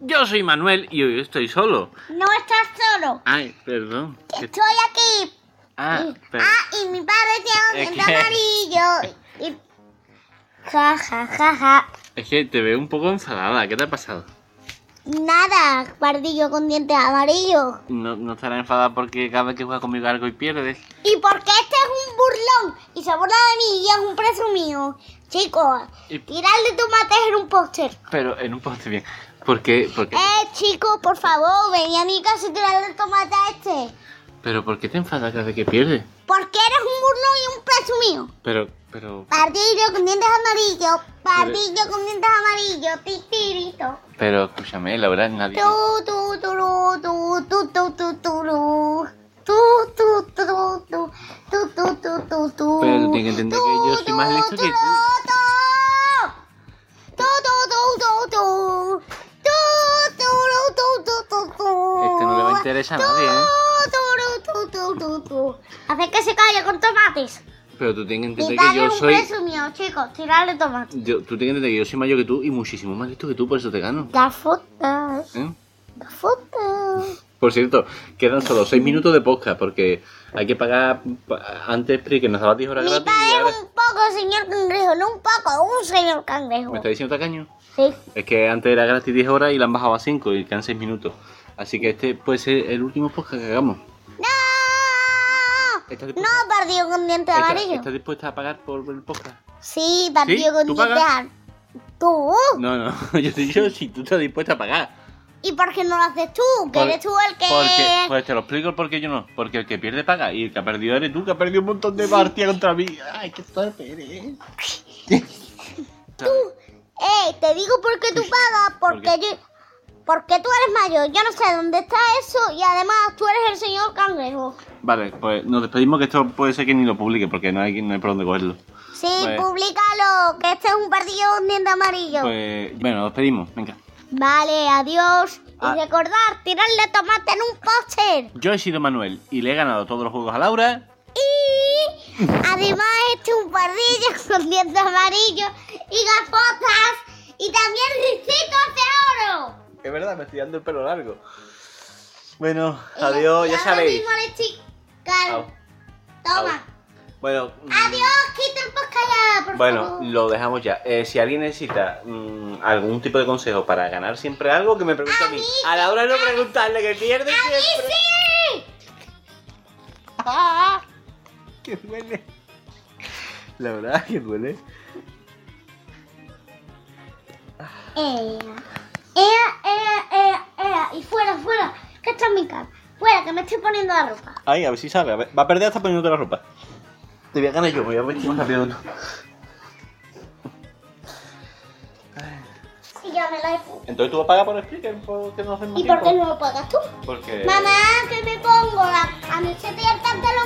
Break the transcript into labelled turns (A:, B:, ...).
A: Yo soy Manuel y hoy estoy solo.
B: No estás solo.
A: Ay, perdón. que-
B: Estoy aquí.
A: Ah,
B: Y-
A: perdón.
B: ah, y mi padre tiene
A: Es
B: un diente
A: que-
B: amarillo. Y... Ja, ja, ja, ja.
A: Es que te veo un poco enfadada. ¿Qué te ha pasado?
B: Nada, pardillo con dientes amarillos.
A: No, no estarás enfadada porque cada vez que juegas conmigo algo y pierdes.
B: Y porque este es un burlón y se burla de mí y es un presumido. Chicos,
A: Y-
B: tirarle tomates en un póster.
A: Pero en un poste bien. ¿Por qué? ¿Por qué?
B: Eh, chicos, por favor, vení a mi casa y tirarle tomates a este.
A: ¿Pero por qué te enfadas cada vez que pierdes?
B: Porque eres un burlón y un presumido.
A: Pero, pero,
B: Pardillo con dientes amarillos, pardillo con dientes amarillos, titirito.
A: pero, escúchame, la verdad nadie...
B: Tu, tu, turu, tu, tu, tu, tu, turu. Tu, tu, turu, tu, tu, tu, tu, tu, tu.
A: Pero tú tienes que entender que yo soy más listo que tú.
B: Tu, tu, tu, tu, tu. Tu, turu, tu, tu, tu, tu.
A: Este no le va a interesar a
B: Tu,
A: nadie, ¿eh?
B: turu, tu, tu, tu, tu. Hacer que se calle con tomates.
A: Pero tú tienes que
B: Mi
A: entender que
B: padre
A: yo
B: es un
A: soy...
B: presumido, chicos. Tirarle tomates.
A: Yo, tú tienes que entender que yo soy mayor que tú y muchísimo más listo que tú, por eso te gano.
B: Gafotas,
A: ¿eh?
B: gafotas.
A: Por cierto, quedan solo 6 minutos de podcast porque hay que pagar pa- antes Pri, que nos daba 10 horas
B: Mi
A: gratis y
B: padre
A: ahora...
B: es un poco señor cangrejo, no un poco, un señor cangrejo.
A: ¿Me está diciendo tacaño?
B: Sí.
A: Es que antes era gratis 10 horas y la han bajado a 5 y quedan 6 minutos. Así que este puede ser el último podcast que hagamos.
B: ¡No!
A: ¿Estás
B: No,
A: dispuesta,
B: partido con dientes
A: estás-
B: amarillos.
A: estás dispuesta a pagar por el podcast?
B: Sí, partido
A: ¿Sí?
B: con
A: ¿Tú
B: dientes
A: pagas?
B: amarillos. ¿Tú?
A: No, no, yo te digo si tú estás dispuesta a pagar.
B: ¿Y por qué no lo haces tú? Que
A: Por-
B: eres tú el que...
A: Porque, pues te lo explico porque yo no. Porque el que pierde paga y el que ha perdido eres tú, que ha perdido un montón de partidas contra mí. Ay, qué torpe eres.
B: Eh, te digo por qué tú pagas,
A: ¿Por
B: porque
A: qué?
B: yo... Porque tú eres mayor, yo no sé dónde está eso y además tú eres el señor cangrejo.
A: Vale, pues nos despedimos que esto puede ser que ni lo publique porque no hay, no hay por dónde cogerlo.
B: Sí,
A: Pues-
B: públicalo, que este es un partido con dientes amarillos.
A: Pues, bueno, nos despedimos, venga.
B: Vale, adiós.
A: Ah.
B: Y recordar, tirarle tomate en un póster.
A: Yo he sido Manuel y le he ganado todos los juegos a Laura.
B: Y además este es un pardillo con dientes amarillos y gafotas y también ricitos de oro.
A: Es verdad, me estoy dando el pelo largo. Bueno, adiós,
B: Y
A: ya
B: ahora
A: sabéis.
B: mismo le estoy cal-
A: Au,
B: Toma.
A: au. Bueno, mm,
B: Adiós, quita el podcast ya, por
A: bueno,
B: favor.
A: lo dejamos ya. Eh, si alguien necesita mm, algún tipo de consejo para ganar siempre algo, que me pregunte a mí. A la hora de no preguntarle, que pierde siempre.
B: ¡Sí! Ah,
A: Que duele. La verdad que duele.
B: Ea, ea, ea, ea, ea. Y fuera, fuera. Que está en mi cama. Fuera, que me estoy poniendo la ropa.
A: Ay, a ver si sabe. a ver, Va a perder hasta poniéndote la ropa. Te voy a ganar yo, me voy a vestir más rápido.
B: Y yo me la he puesto.
A: Entonces tú vas a pagar por el speaker, porque no hacemos
B: ¿Y por qué no lo pagas tú?
A: Eh. Porque...
B: Mamá, que me pongo la camiseta y el pantalón